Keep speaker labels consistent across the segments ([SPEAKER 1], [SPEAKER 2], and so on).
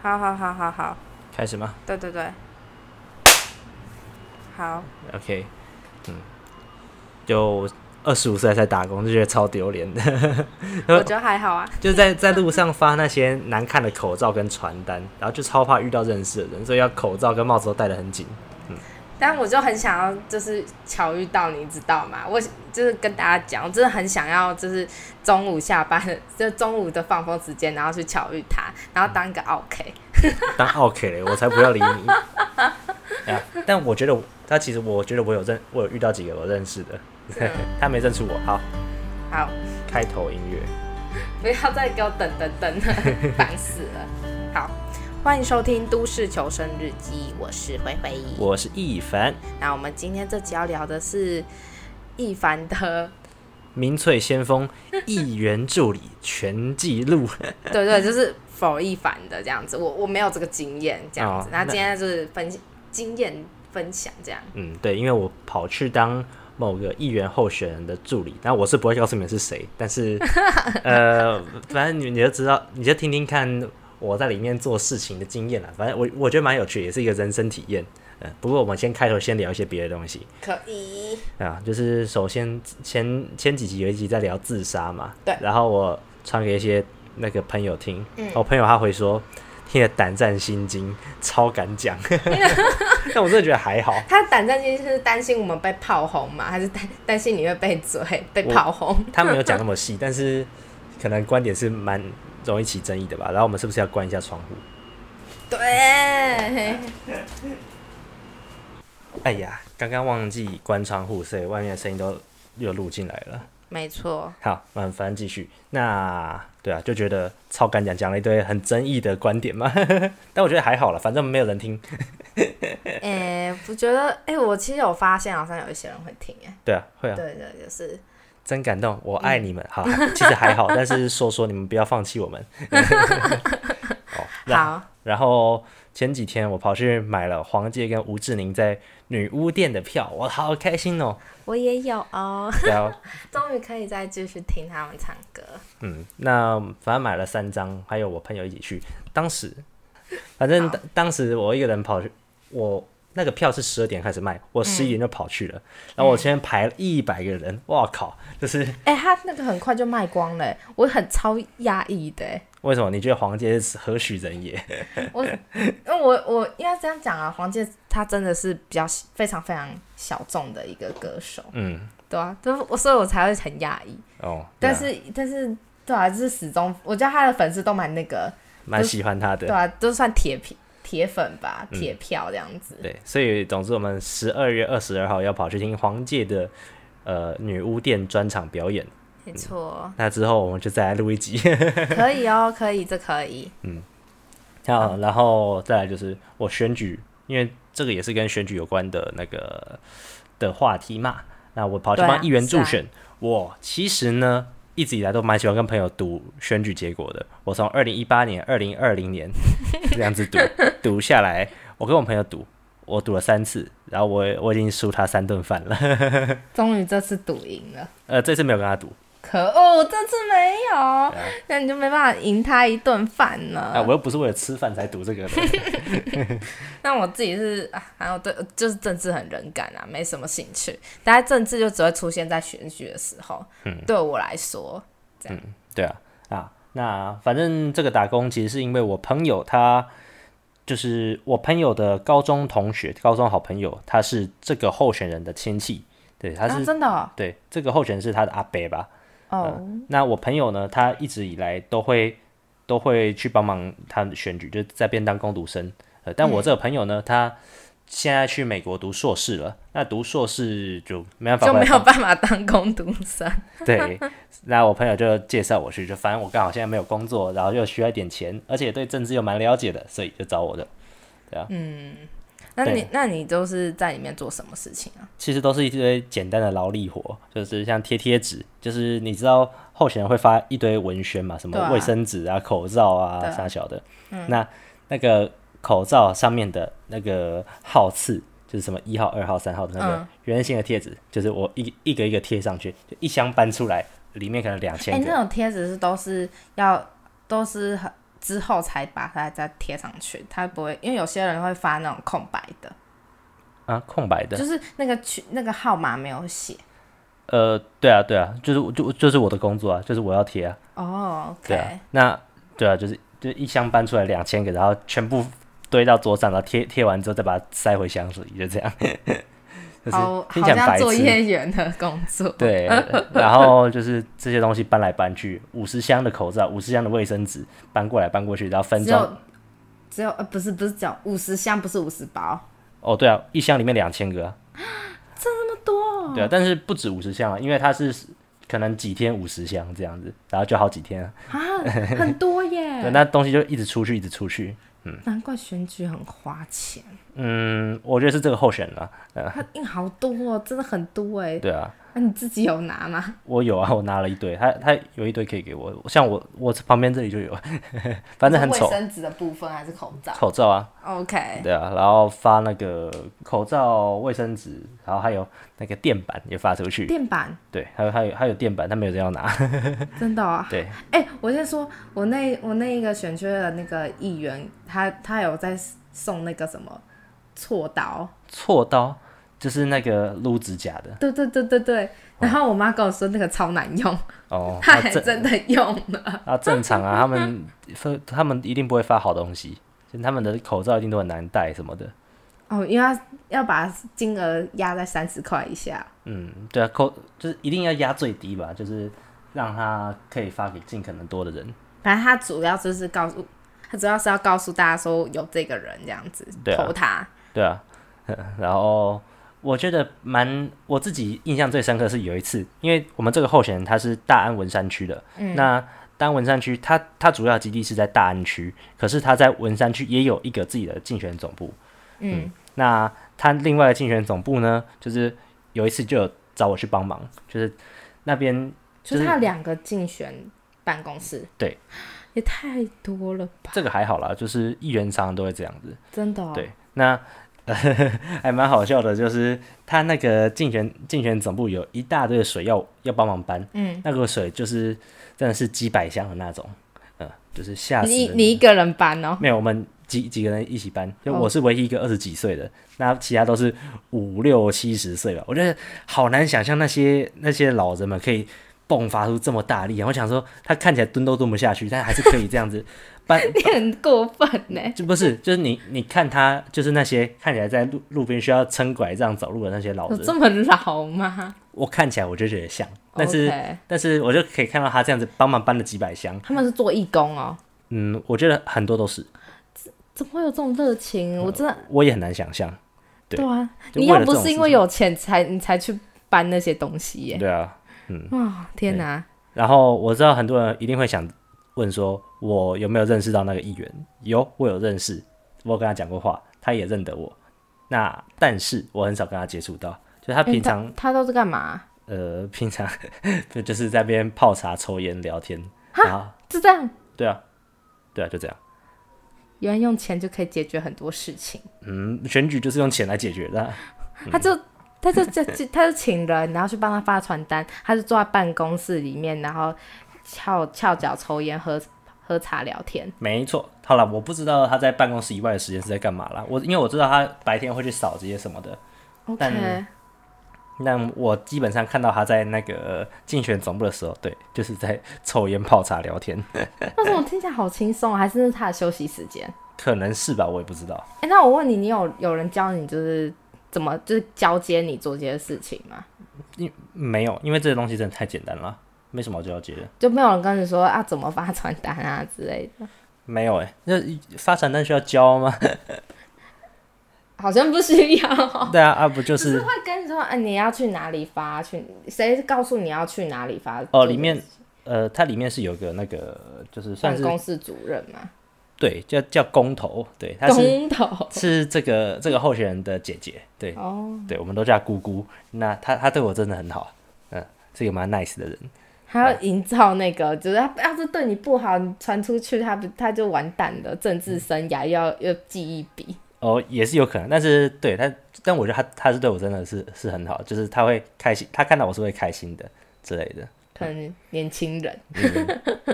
[SPEAKER 1] 好好好好好，
[SPEAKER 2] 开始吗
[SPEAKER 1] 对对对，好，
[SPEAKER 2] ？OK，嗯，就二十五岁才打工，就觉得超丢脸 的，呃
[SPEAKER 1] 我觉得还好啊。
[SPEAKER 2] 就在在路上发那些难看的口罩跟传单，然后就超怕遇到认识的人，所以要口罩跟帽子都戴得很紧。
[SPEAKER 1] 但我就很想要，就是巧遇到你，知道吗？我就是跟大家讲，我真的很想要，就是中午下班的，就中午的放风时间，然后去巧遇他，然后当一个 OK。
[SPEAKER 2] 当 OK 嘞，我才不要理你。哎 呀，但我觉得我，他其实我觉得我有认，我有遇到几个我认识的，
[SPEAKER 1] 嗯
[SPEAKER 2] 他没认出我。好，
[SPEAKER 1] 好，
[SPEAKER 2] 开头音乐，
[SPEAKER 1] 不要再给我等等等了，烦死 了。好，欢迎收听《都市求生日记》，我是灰灰。
[SPEAKER 2] 我是一凡，
[SPEAKER 1] 那我们今天这集要聊的是一凡的，
[SPEAKER 2] 民粹先锋，议员助理全记录。
[SPEAKER 1] 对对，就是否一凡的这样子。我我没有这个经验这样子
[SPEAKER 2] 哦，
[SPEAKER 1] 那
[SPEAKER 2] 那
[SPEAKER 1] 今天就是分享经验分享这样。
[SPEAKER 2] 嗯，对，因为我跑去当某个议员候选人的助理，那我是不会告诉你们是谁，但是呃，反正你你就知道，你就听听看我在里面做事情的经验啦。反正我我觉得蛮有趣，也是一个人生体验。嗯，不过我们先开头先聊一些别的东西
[SPEAKER 1] 可以，
[SPEAKER 2] 啊，就是首先前前几集有一集在聊自杀嘛，
[SPEAKER 1] 对
[SPEAKER 2] 然后我传给一些那个朋友听，
[SPEAKER 1] 嗯
[SPEAKER 2] 我朋友他回说。你的胆战心惊，超敢 讲， 但我真的觉得还好，
[SPEAKER 1] 他胆战心惊是担心我们被炮轰嘛，还是担担心你会被嘴被炮轰？
[SPEAKER 2] 他没有讲那么细，但是可能观点是蛮容易起争议的吧。然后我们是不是要关一下窗户？
[SPEAKER 1] 对，
[SPEAKER 2] 哎呀，刚刚忘记关窗户，所以外面的声音都又录进来了。
[SPEAKER 1] 没错，
[SPEAKER 2] 好，那反正继续。那对啊，就觉得超敢讲，讲了一堆很争议的观点嘛。 但我觉得还好了，反正没有人听。
[SPEAKER 1] 哎、我觉得，哎、我其实有发现，好像有一些人会听、哎，
[SPEAKER 2] 对啊，会啊，
[SPEAKER 1] 对对，就是
[SPEAKER 2] 真感动，我爱你们。好，其实还好， 但是说说你们不要放弃我们。哦，那
[SPEAKER 1] 好，
[SPEAKER 2] 然后前几天我跑去买了黄玠跟吴志宁在女巫店的票，我好开心哦！啊
[SPEAKER 1] 我也有哦，
[SPEAKER 2] 然后
[SPEAKER 1] 终于可以再继续听他们唱歌。
[SPEAKER 2] 嗯，那反正买了三张，还有我朋友一起去。当时反正
[SPEAKER 1] 好
[SPEAKER 2] 当当时我一个人跑去，我那个票是十二点开始卖，我十一点就跑去了。然后我前面排了一百个人，哇靠！就是
[SPEAKER 1] 哎、他那个很快就卖光了、哎我很超压抑的、哎
[SPEAKER 2] 为什么你觉得黄玠是何许人也？
[SPEAKER 1] 我，因为我我应该这样讲啊，黄健他真的是比较非常非常小众的一个歌手，
[SPEAKER 2] 嗯，
[SPEAKER 1] 对啊，就是我所以我才会很压抑。
[SPEAKER 2] 哦，
[SPEAKER 1] 但
[SPEAKER 2] 对啊
[SPEAKER 1] 是但是对啊，就是始终我觉得他的粉丝都蛮那个，
[SPEAKER 2] 蛮喜欢他的
[SPEAKER 1] 对。啊，都算铁皮铁粉吧，
[SPEAKER 2] 嗯
[SPEAKER 1] 铁票这样子。
[SPEAKER 2] 对，所以总之我们十二月二十二号要跑去听黄玠的呃女巫店专场表演，
[SPEAKER 1] 没 错，
[SPEAKER 2] 那之后我们就再来录一集，
[SPEAKER 1] 可以哦，可以，这可以。
[SPEAKER 2] 好，然后再来就是我选举，因为这个也是跟选举有关的那个的话题嘛，那我跑去
[SPEAKER 1] 对啊
[SPEAKER 2] 帮议员
[SPEAKER 1] 是啊
[SPEAKER 2] 助选，我其实呢。一直以来都蛮喜欢跟朋友赌选举结果的。我从二零一八年、二零二零年 这 样子赌赌下来，我跟我朋友赌，我赌了三次，然后我我已经输他三顿饭了。
[SPEAKER 1] 终于这次赌赢了，
[SPEAKER 2] 呃，这次没有跟他赌，
[SPEAKER 1] 可恶，这次没有，那你就没办法赢他一顿饭
[SPEAKER 2] 啊、
[SPEAKER 1] 了。
[SPEAKER 2] 我又不是为了吃饭才赌这个的。
[SPEAKER 1] 那我自己是啊，还有对，就是政治很冷感啊，没什么兴趣。大家政治就只会出现在选举的时候，
[SPEAKER 2] 嗯
[SPEAKER 1] 对我来说，
[SPEAKER 2] 对啊，啊，那反正这个打工其实是因为我朋友他就是我朋友的高中同学，高中好朋友，他是这个候选人的亲戚，对，他
[SPEAKER 1] 啊
[SPEAKER 2] 是、
[SPEAKER 1] 真的哦
[SPEAKER 2] 对这个候选人是他的阿伯吧？
[SPEAKER 1] 哦，
[SPEAKER 2] 那我朋友呢，他一直以来都会都会去帮忙他的选举，就是在边当工读生。呃，但
[SPEAKER 1] 嗯
[SPEAKER 2] 我这个朋友呢，他现在去美国读硕士了，那读硕士就没办法
[SPEAKER 1] 就
[SPEAKER 2] 回来
[SPEAKER 1] 没有
[SPEAKER 2] 帮
[SPEAKER 1] 办法当工读生。
[SPEAKER 2] 对， 那我朋友就介绍我去，就反正我刚好现在没有工作，然后又需要一点钱，而且对政治又蛮了解的，所以就找我的。
[SPEAKER 1] 那
[SPEAKER 2] 对
[SPEAKER 1] 你那你都是在里面做什么事情啊？
[SPEAKER 2] 其实都是一堆简单的劳力活，就是像贴贴纸，就是你知道候选人会发一堆文宣嘛，什
[SPEAKER 1] 对
[SPEAKER 2] 么
[SPEAKER 1] 啊
[SPEAKER 2] 卫生纸啊、口罩啊
[SPEAKER 1] 对啊
[SPEAKER 2] 啥小的。那那个口罩上面的那个号次，就是什么一号、二号、三号的那个
[SPEAKER 1] 嗯
[SPEAKER 2] 圆形的贴纸，就是我一一个一个贴上去，就一箱搬出来，里面可能两
[SPEAKER 1] 哎、
[SPEAKER 2] 千个。
[SPEAKER 1] 那种贴纸是都是要都是很之后才把它再贴上去，它不会，因为有些人会发那种空白的，
[SPEAKER 2] 啊，空白的
[SPEAKER 1] 就。是那个群那个号码没有写。
[SPEAKER 2] 呃，对啊，对啊，就是就就是我的工作啊，就是我要贴啊，
[SPEAKER 1] 哦，OK、
[SPEAKER 2] 对啊，那对啊，就是就一箱搬出来两千个，然后全部堆到桌上，然后贴贴完之后再把它塞回箱子里，就这样。就是
[SPEAKER 1] 好
[SPEAKER 2] 听
[SPEAKER 1] 好
[SPEAKER 2] 起来很
[SPEAKER 1] 像
[SPEAKER 2] 白
[SPEAKER 1] 作
[SPEAKER 2] 痴。
[SPEAKER 1] 业员的工作。
[SPEAKER 2] 对， 然后就是这些东西搬来搬去，五十箱的口罩，五十箱的卫生纸搬过来搬过去，然后分
[SPEAKER 1] 只
[SPEAKER 2] 装。
[SPEAKER 1] 有只有呃不是不是讲五十箱不是五十包，
[SPEAKER 2] 哦，对啊，一箱里面两千个、啊。
[SPEAKER 1] 那么多哦
[SPEAKER 2] 对啊，但是不止五十箱啊，因为它是可能几天五十箱这样子，然后就好几天、啊。
[SPEAKER 1] 啊，很多
[SPEAKER 2] 对，
[SPEAKER 1] 耶！
[SPEAKER 2] 那东西就一直出去，一直出去。
[SPEAKER 1] 难怪选举很花钱，
[SPEAKER 2] 嗯，我觉得是这个候选人啊。
[SPEAKER 1] 它印好多、哦，真的很多哎。
[SPEAKER 2] 对啊，
[SPEAKER 1] 那、你自己有拿吗？
[SPEAKER 2] 我有啊，我拿了一堆，他他有一堆可以给我，像我我旁边这里就有， 反正很
[SPEAKER 1] 是卫
[SPEAKER 2] 丑
[SPEAKER 1] 生啊纸的部分还是口罩
[SPEAKER 2] 口罩啊，
[SPEAKER 1] ？OK，
[SPEAKER 2] 对啊，然后发那个口罩、卫生纸，然后还有那个垫板也发出去，
[SPEAKER 1] 电板
[SPEAKER 2] 对，还有还有还有垫板，但没有人要拿，
[SPEAKER 1] 真的啊、
[SPEAKER 2] 对，
[SPEAKER 1] 哎、我先说，我那我那一个选区的那个议员，他他有在送那个什么锉刀，
[SPEAKER 2] 锉刀就是那个撸指甲的
[SPEAKER 1] 对对对对对。然后我妈跟我说那个超难用，
[SPEAKER 2] 哦，
[SPEAKER 1] 她
[SPEAKER 2] 啊
[SPEAKER 1] 还
[SPEAKER 2] 正
[SPEAKER 1] 真的用了。
[SPEAKER 2] 啊正常啊，他们分他们一定不会发好东西，就他们的口罩一定都很难戴什么的，
[SPEAKER 1] 哦，因为他要把金额压在三十块以下。
[SPEAKER 2] 嗯，对啊，口就是一定要压最低吧，就是让他可以发给尽可能多的人。
[SPEAKER 1] 反正他主要就是告诉，他主要是要告诉大家说有这个人这样子
[SPEAKER 2] 对啊
[SPEAKER 1] 投他。
[SPEAKER 2] 对啊， 然后我觉得蛮我自己印象最深刻是有一次，因为我们这个候选人他是大安文山区的，那大安文山区他他主要基地是在大安区，可是他在文山区也有一个自己的竞选总部。
[SPEAKER 1] 嗯，
[SPEAKER 2] 那他另外的竞选总部呢，就是有一次就有找我去帮忙，就是那边
[SPEAKER 1] 就
[SPEAKER 2] 就
[SPEAKER 1] 是是他有两个竞选办公室。
[SPEAKER 2] 对，
[SPEAKER 1] 也太多了吧？
[SPEAKER 2] 这个还好啦，就是议员常常都会这样子。
[SPEAKER 1] 真的、哦。
[SPEAKER 2] 对，那、 呃、还蛮好笑的，就是他那个竞选竞选总部有一大堆的水要要帮忙搬，
[SPEAKER 1] 嗯，
[SPEAKER 2] 那个水就是真的是几百箱的那种，嗯、就是吓死
[SPEAKER 1] 你
[SPEAKER 2] 人。
[SPEAKER 1] 你一个人搬哦。
[SPEAKER 2] 没有，我们几几个人一起搬，就
[SPEAKER 1] 哦
[SPEAKER 2] 我是唯一一个二十几岁的，那其他都是五六七十岁吧。我觉得好难想象那些那些老人们可以迸发出这么大力。我想说，他看起来蹲都蹲不下去，但还是可以这样子 搬
[SPEAKER 1] 你很过分呢、
[SPEAKER 2] 就不是，就是你，你看他，就是那些看起来在路路边需要撑拐杖走路的那些老
[SPEAKER 1] 有
[SPEAKER 2] 人，
[SPEAKER 1] 这么老吗？
[SPEAKER 2] 我看起来我就觉得像， 但是
[SPEAKER 1] OK
[SPEAKER 2] 但是我就可以看到他这样子帮忙搬了几百箱，
[SPEAKER 1] 他们是做义工哦，
[SPEAKER 2] 嗯，我觉得很多都是，
[SPEAKER 1] 怎么会有这种热情？我真的
[SPEAKER 2] 我也很难想象，对
[SPEAKER 1] 对啊，
[SPEAKER 2] 就
[SPEAKER 1] 你
[SPEAKER 2] 为
[SPEAKER 1] 要
[SPEAKER 2] 了
[SPEAKER 1] 不
[SPEAKER 2] 这种
[SPEAKER 1] 是因
[SPEAKER 2] 事
[SPEAKER 1] 为
[SPEAKER 2] 情
[SPEAKER 1] 有钱才你才去搬那些东西耶、
[SPEAKER 2] 对啊，
[SPEAKER 1] 哇、天哪、
[SPEAKER 2] 然后我知道很多人一定会想问说，我有没有认识到那个议员？有，我有认识，我有跟他讲过话，他也认得我，那但是我很少跟他接触到，就他
[SPEAKER 1] 欸
[SPEAKER 2] 平常、
[SPEAKER 1] 他都是干嘛？
[SPEAKER 2] 呃，平常 就就是在那边泡茶、抽烟、聊天，然后
[SPEAKER 1] 就这样，
[SPEAKER 2] 对啊，对啊，就这样。
[SPEAKER 1] 原来用钱就可以解决很多事情。
[SPEAKER 2] 嗯，选举就是用钱来解决的啊，
[SPEAKER 1] 他就他就就就他就请人，然后去帮他发传单，他就坐在办公室里面，然后翘翘脚抽烟喝。喝茶聊天，
[SPEAKER 2] 没错。好了，我不知道他在办公室以外的时间是在干嘛啦。我因为我知道他白天会去扫这些什么的，
[SPEAKER 1] OK，
[SPEAKER 2] 但但我基本上看到他在那个竞选总部的时候，对，就是在抽烟、泡茶、聊天，
[SPEAKER 1] 为什么听起来好轻松啊？还是那是他的休息时间？
[SPEAKER 2] 可能是吧，我也不知道。
[SPEAKER 1] 哎、那我问你，你有有人教你就是怎么就是交接你做这些事情吗？
[SPEAKER 2] 没有，因为这些东西真的太简单了，没什么好交接的。
[SPEAKER 1] 就没有人跟你说啊怎么发传单啊之类的？
[SPEAKER 2] 没有哎、那发传单需要交吗？
[SPEAKER 1] 好像不需要。
[SPEAKER 2] 对啊，啊不就
[SPEAKER 1] 只是
[SPEAKER 2] 是
[SPEAKER 1] 会跟你说，哎、你要去哪里发？去谁告诉你要去哪里发？
[SPEAKER 2] 哦，里面呃，它里面是有个那个，就是算
[SPEAKER 1] 办
[SPEAKER 2] 是
[SPEAKER 1] 公室主任嘛，
[SPEAKER 2] 对，叫叫公投，对，她是
[SPEAKER 1] 公投。
[SPEAKER 2] 是这个这个候选人的姐姐，对
[SPEAKER 1] 哦，
[SPEAKER 2] 对，我们都叫她姑姑。那她她对我真的很好，嗯，是一个蛮 nice 的人，
[SPEAKER 1] 还要营造那个，就是他要是对你不好，你传出去，他不他就完蛋了，政治生涯要要记一笔。
[SPEAKER 2] 哦，也是有可能，但是对她，但我觉得她她是对我真的是是很好，就是她会开心，她看到我是会开心的之类的，
[SPEAKER 1] 可能年轻人。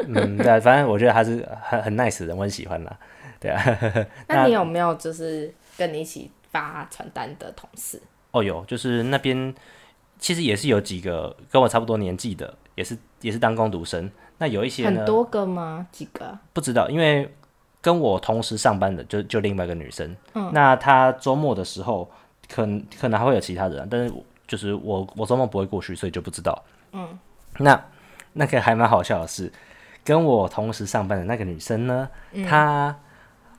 [SPEAKER 2] 嗯，对啊，反正我觉得他是很很 nice 的人，我很喜欢啦。对啊，
[SPEAKER 1] 那你有没有就是跟你一起发传单的同事？
[SPEAKER 2] 哦有，就是那边其实也是有几个跟我差不多年纪的，也是也是当工读生。那有一些
[SPEAKER 1] 很
[SPEAKER 2] 呢，
[SPEAKER 1] 多个吗？几个啊？
[SPEAKER 2] 不知道，因为跟我同时上班的就就另外一个女生，那她周末的时候可能可能还会有其他人啊，但是我就是我我周末不会过去，所以就不知道。嗯，那那个还蛮好笑的是，跟我同时上班的那个女生呢，她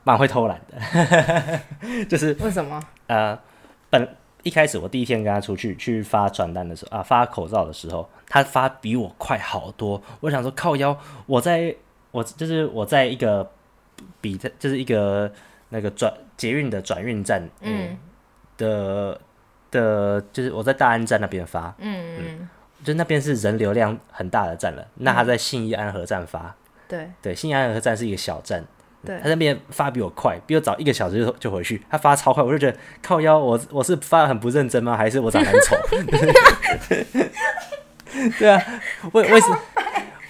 [SPEAKER 2] 蛮会偷懒的，就是
[SPEAKER 1] 为什么？
[SPEAKER 2] 呃，本一开始我第一天跟他出去去发传单的时候啊，发口罩的时候，他发比我快好多。我想说靠腰，我在我就是我在一个比他就是一个那个转捷运的转运站，
[SPEAKER 1] 嗯
[SPEAKER 2] 的的，就是我在大安站那边发，
[SPEAKER 1] 嗯嗯，
[SPEAKER 2] 就那边是人流量很大的站了。那他在信义安和站发，
[SPEAKER 1] 对
[SPEAKER 2] 对，信义安和站是一个小站，
[SPEAKER 1] 对
[SPEAKER 2] 他，那边发比我快，比我早一个小时就就回去，他发超快，我就觉得靠腰，我我是发得很不认真吗？还是我长得很丑？ 对啊，为为什么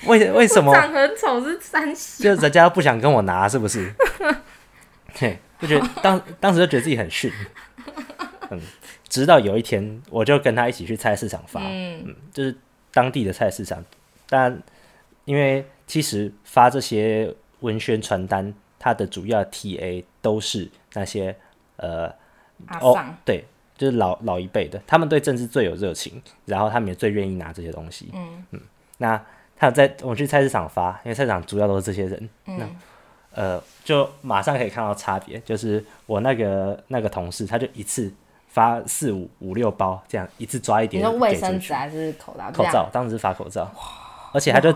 [SPEAKER 2] 为为什么
[SPEAKER 1] 我长得很丑是三喜，
[SPEAKER 2] 就人家不想跟我拿，是不是？ 对，就觉得当当时就觉得自己很逊。嗯，直到有一天，我就跟他一起去菜市场发，嗯就是当地的菜市场。但因为其实发这些文宣传单，它的主要 TA 都是那些呃
[SPEAKER 1] 阿
[SPEAKER 2] 哦
[SPEAKER 1] 尚，
[SPEAKER 2] 对，就是老老一辈的，他们对政治最有热情，然后他们也最愿意拿这些东西。嗯那他有在我去菜市场发，因为菜市场主要都是这些人。
[SPEAKER 1] 嗯
[SPEAKER 2] 那呃，就马上可以看到差别，就是我那个那个同事，他就一次发四五五六包，这样一次抓一
[SPEAKER 1] 你
[SPEAKER 2] 点
[SPEAKER 1] 说卫
[SPEAKER 2] 给出
[SPEAKER 1] 生
[SPEAKER 2] 去
[SPEAKER 1] 纸。还是口罩？
[SPEAKER 2] 口罩，当时是发口罩，而且他就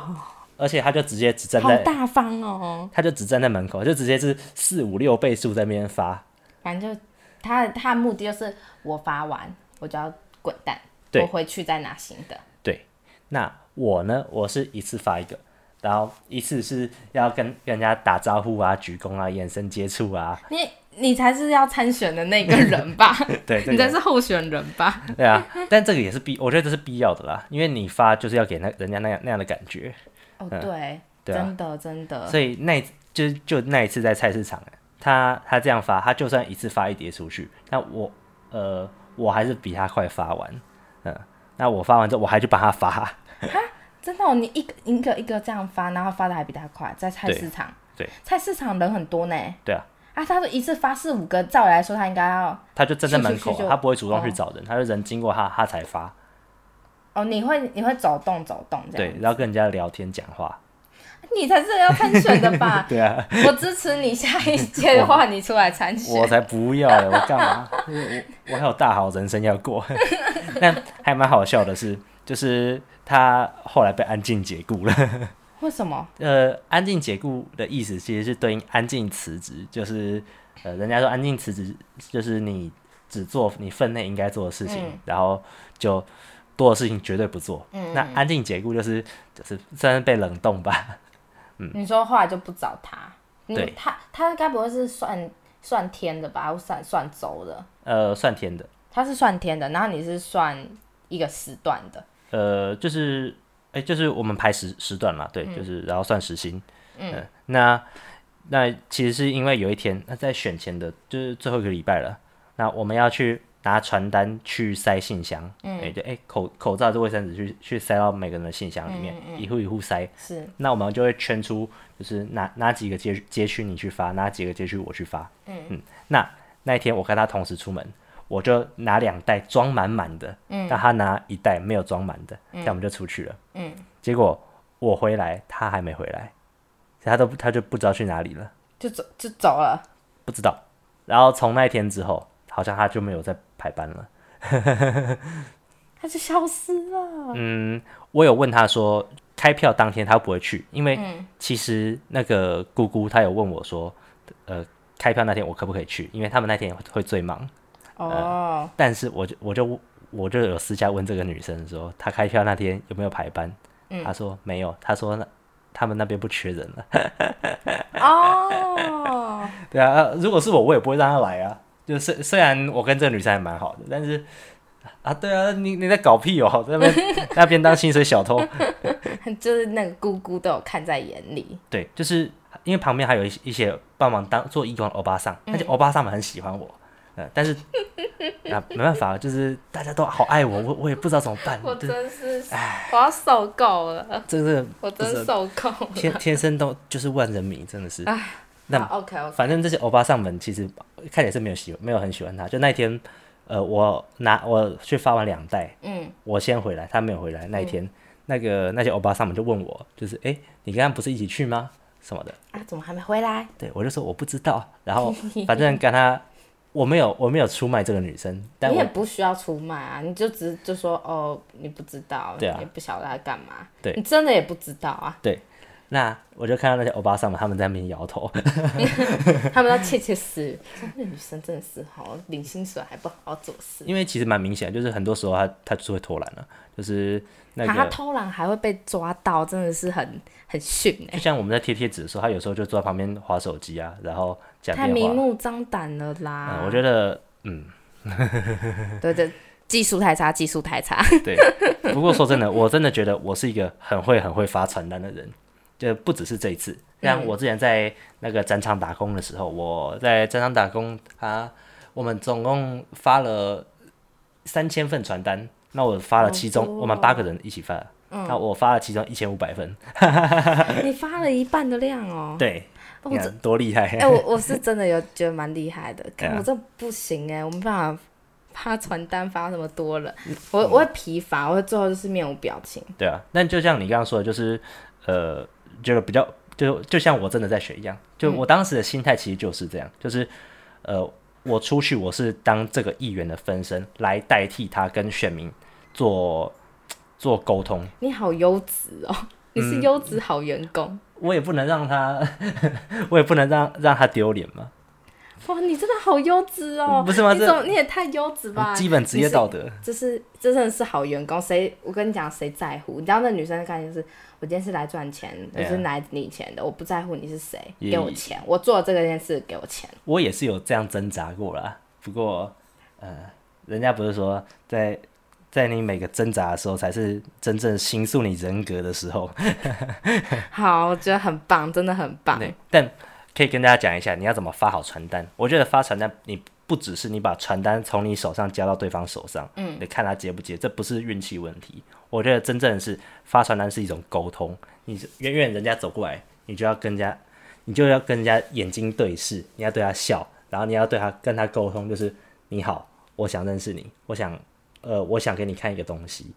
[SPEAKER 2] 而且他就直接只
[SPEAKER 1] 这
[SPEAKER 2] 站
[SPEAKER 1] 样好
[SPEAKER 2] 在。
[SPEAKER 1] 大方哦，
[SPEAKER 2] 他就只站在门口，就直接是四五六倍数在那边发，
[SPEAKER 1] 反正就他他的目的就是我发完我就要滚蛋，
[SPEAKER 2] 对
[SPEAKER 1] 我回去再拿新的。
[SPEAKER 2] 对，那我呢，我是一次发一个，然后一次是要跟跟人家打招呼啊、鞠躬啊、眼神接触 啊，
[SPEAKER 1] 你你才是要参选的那个人吧？
[SPEAKER 2] 对，这
[SPEAKER 1] 你才
[SPEAKER 2] 个
[SPEAKER 1] 是候选人吧？
[SPEAKER 2] 对啊，但这个也是必，我觉得这是必要的啦，因为你发就是要给那人家那样那样的感觉，
[SPEAKER 1] 哦，对，
[SPEAKER 2] 对啊
[SPEAKER 1] 真的真的，
[SPEAKER 2] 所以那一就就那一次在菜市场，他他这样发，他就算一次发一叠出去，那我呃我还是比他快发完，嗯，那我发完之后我还去帮他发，
[SPEAKER 1] 真的、哦，你一个一个一个这样发，然后发的还比他快，在菜
[SPEAKER 2] 对
[SPEAKER 1] 市场。
[SPEAKER 2] 对
[SPEAKER 1] 菜市场人很多呢。
[SPEAKER 2] 对啊。
[SPEAKER 1] 啊，他说一次发四五个，照理来说他应该要
[SPEAKER 2] 他就站在
[SPEAKER 1] 是是
[SPEAKER 2] 门
[SPEAKER 1] 是
[SPEAKER 2] 口，
[SPEAKER 1] 就
[SPEAKER 2] 他不会主动去
[SPEAKER 1] 哦
[SPEAKER 2] 找人，他就人经过他他才发，
[SPEAKER 1] 哦，你会你会走动走动这样。
[SPEAKER 2] 对，然后跟人家聊天讲话，？
[SPEAKER 1] 你才是要参选的吧
[SPEAKER 2] 对啊，
[SPEAKER 1] 我支持你下一届的话，你出来参
[SPEAKER 2] 我
[SPEAKER 1] 选。
[SPEAKER 2] 才不要嘞，我干嘛？我我还有大好人生要过。 但还蛮好笑的是，就是他后来被安静解雇了。
[SPEAKER 1] 为什么？
[SPEAKER 2] 呃，安静解雇的意思其实是对应安静辞职，就是呃，人家说安静辞职就是你只做你分内应该做的事情，然后就多的事情绝对不做。那安静解雇就是就是算是被冷冻吧？
[SPEAKER 1] 你说后来就不找他？你
[SPEAKER 2] 对
[SPEAKER 1] 他他该不会是算算天的吧？或算算周的？
[SPEAKER 2] 呃，算甜的。
[SPEAKER 1] 他是算天的，然后你是算一个时段的。
[SPEAKER 2] 呃，就是哎、就是我们排时时段嘛，对，就是然后算时薪。嗯，那那其实是因为有一天，那在选前的，就是最后一个礼拜了，那我们要去拿传单去塞信箱，嗯，哎、就哎、口口罩这卫生纸去去塞到每个人的信箱里面，一户一户塞。
[SPEAKER 1] 是，
[SPEAKER 2] 那我们就会圈出，就是哪哪几个街街区你去发，哪几个街区我去发。嗯那那一天我跟他同时出门，我就拿两袋装满满的，嗯，那他拿一袋没有装满的，这样我们就出去了。嗯，结果我回来，他还没回来，他都不他就不知道去哪里了，
[SPEAKER 1] 就走就走了。
[SPEAKER 2] 不知道。然后从那一天之后，好像他就没有再排班了。
[SPEAKER 1] 他就消失了。
[SPEAKER 2] 我有问他说，开票当天他不会去，因为其实那个姑姑她有问我说，呃，开票那天我可不可以去？因为他们那天会会最忙。
[SPEAKER 1] 哦，
[SPEAKER 2] 但是我就我就我就有私下问这个女生说，她开票那天有没有排班？她说没有，她说那他们那边不缺人啊了。
[SPEAKER 1] 哦，
[SPEAKER 2] 对啊，呃如果是我，我也不会让她来啊。就是虽然我跟这个女生还蛮好的，但 是啊，对啊，你你在搞屁哦，在那边那边当薪水小偷。
[SPEAKER 1] 就是那个姑姑都有看在眼里。
[SPEAKER 2] 对，就是因为旁边还有一些一些帮忙当做义工的欧巴
[SPEAKER 1] 嗯
[SPEAKER 2] 桑，而且欧巴桑们很喜欢我，呃，但是啊没办法，就是大家都好爱我，我我也不知道怎么办，
[SPEAKER 1] 我
[SPEAKER 2] 这
[SPEAKER 1] 真是，我要受够了，
[SPEAKER 2] 这个
[SPEAKER 1] 我
[SPEAKER 2] 不
[SPEAKER 1] 真
[SPEAKER 2] 是
[SPEAKER 1] 受够了。
[SPEAKER 2] 天天生都就是万人迷，真的是。
[SPEAKER 1] 啊
[SPEAKER 2] 那
[SPEAKER 1] 好 OK OK，
[SPEAKER 2] 反正这些欧巴桑们其实看起来是没有喜没有很喜欢他，就那一天，呃，我拿我去发完两袋，
[SPEAKER 1] 嗯，
[SPEAKER 2] 我先回来，他没有回来那一天，那个那些欧巴桑们就问我，就是诶，你刚刚不是一起去吗？什么的。
[SPEAKER 1] 啊，怎么还没回来？
[SPEAKER 2] 对我就说我不知 道，然后反正跟他我没有我没有出卖这个女生，但
[SPEAKER 1] 你也
[SPEAKER 2] 我
[SPEAKER 1] 不需要出卖啊，你就只就说哦，你不知道，
[SPEAKER 2] 对啊
[SPEAKER 1] 也不晓得他干嘛，
[SPEAKER 2] 对
[SPEAKER 1] 你真的也不知道啊，
[SPEAKER 2] 对，那我就看到那些欧巴桑们他们在那边摇头，
[SPEAKER 1] 他们要窃窃私语。 说那女生真的是好领薪水还不好好做事，
[SPEAKER 2] 因为其实蛮明显，就是很多时候他他就是会偷懒了、就是那
[SPEAKER 1] 啊他
[SPEAKER 2] 个
[SPEAKER 1] 偷懒还会被抓到，真的是很很逊哎、
[SPEAKER 2] 就像我们在贴贴纸的时候，他有时候就坐在旁边划手机啊，然后讲
[SPEAKER 1] 太
[SPEAKER 2] 电
[SPEAKER 1] 明
[SPEAKER 2] 话，
[SPEAKER 1] 目啊张胆了啦。
[SPEAKER 2] 嗯，我觉得嗯
[SPEAKER 1] 得对对，技术太差，技术太差。
[SPEAKER 2] 对，不过说真的，我真的觉得我是一个很会很会发传单的人，就不只是这一次。
[SPEAKER 1] 嗯
[SPEAKER 2] 像我之前在那个展场打工的时候，我在展场打工，他我们总共发了三千份传单，那我发了其中、
[SPEAKER 1] 好多哦嗯哦
[SPEAKER 2] 我们八个人一起发，那我发了其中一千五百份，
[SPEAKER 1] 你发了一半的量哦、
[SPEAKER 2] 对，
[SPEAKER 1] 哦
[SPEAKER 2] 你
[SPEAKER 1] 这
[SPEAKER 2] 看多厉害！
[SPEAKER 1] 哎、我我是真的有觉得蛮厉害的，
[SPEAKER 2] 对啊
[SPEAKER 1] 看我这不行哎、我没办法发传单发那么多了，
[SPEAKER 2] 嗯
[SPEAKER 1] 我我会疲乏，我会最后就是面无表情。
[SPEAKER 2] 对啊，但就像你刚刚说的，就是呃，就是比较就就像我真的在学一样，就我当时的心态其实就是这样，就是呃，我出去我是当这个议员的分身来代替他跟选民做做沟通，
[SPEAKER 1] 你好优质哦，你
[SPEAKER 2] 嗯
[SPEAKER 1] 是优质好员工、
[SPEAKER 2] 我也不能让他， 我也不能让让他丢脸嘛，
[SPEAKER 1] 哇，你真的好优质哦，
[SPEAKER 2] 嗯不是吗
[SPEAKER 1] 你
[SPEAKER 2] 这
[SPEAKER 1] 怎么你也太优质吧？
[SPEAKER 2] 基本职业道德。
[SPEAKER 1] 就是这真的是好员工，谁我跟你讲谁在乎？你知道那女生的概念就是，我今天是来赚钱，我
[SPEAKER 2] 对啊
[SPEAKER 1] 是来领钱的，我不在乎你是谁，
[SPEAKER 2] 也
[SPEAKER 1] 给我钱，我做这件事给我钱。
[SPEAKER 2] 我也是有这样挣扎过啦，不过，呃，人家不是说在在你每个挣扎的时候，才是真正形塑你人格的时候。
[SPEAKER 1] 好，我觉得很棒，真的很棒。
[SPEAKER 2] 对，但可以跟大家讲一下，你要怎么发好传单。我觉得发传单，你不只是你把传单从你手上交到对方手上，嗯，你看他接不接，这不是运气问题。我觉得真正是发传单是一种沟通，你是远远人家走过来，你就要跟人家，你就要跟人家眼睛对视，你要对他笑，然后你要对他跟他沟通，就是你好，我想认识你，我想，呃，我想给你看一个东西，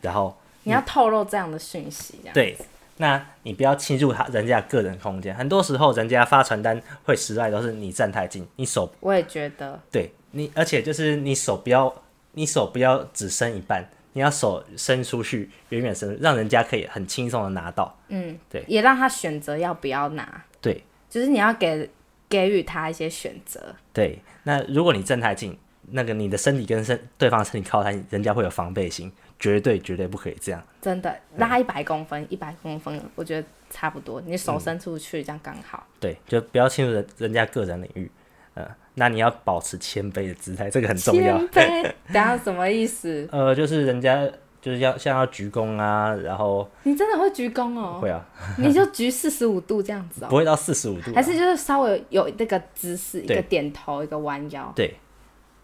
[SPEAKER 2] 然后
[SPEAKER 1] 你要透露这样的讯息，这样
[SPEAKER 2] 对，那你不要侵入他人家个人空间。很多时候，人家发传单会失败，都是你站太近，你手
[SPEAKER 1] 我也觉得
[SPEAKER 2] 对你，而且就是你手不要，你手不要只伸一半，你要手伸出去，远远伸，让人家可以很轻松的拿到。对
[SPEAKER 1] 嗯也让他选择要不要拿，
[SPEAKER 2] 对
[SPEAKER 1] 就是你要给给予他一些选择。
[SPEAKER 2] 对，那如果你站太近，那个你的身体跟身对方的身体靠太近，人家会有防备心，绝对绝对不可以这样。
[SPEAKER 1] 真的
[SPEAKER 2] 嗯
[SPEAKER 1] 拉一百公分，一百公分，我觉得差不多。你
[SPEAKER 2] 嗯
[SPEAKER 1] 手伸出去，这样刚好。
[SPEAKER 2] 对，就不要侵入人人家个人领域。呃，那你要保持谦卑的姿态，这个很重要。
[SPEAKER 1] 谦卑，等一下什么意思？
[SPEAKER 2] 呃，就是人家就是要像要鞠躬啊，然后
[SPEAKER 1] 你真的会鞠躬哦？
[SPEAKER 2] 会啊，
[SPEAKER 1] 你就鞠四十五度这样子
[SPEAKER 2] 不
[SPEAKER 1] 哦，
[SPEAKER 2] 会到四十五度啊、
[SPEAKER 1] 还是就是稍微有那个姿势，一
[SPEAKER 2] 对
[SPEAKER 1] 个点头，一个弯腰。
[SPEAKER 2] 对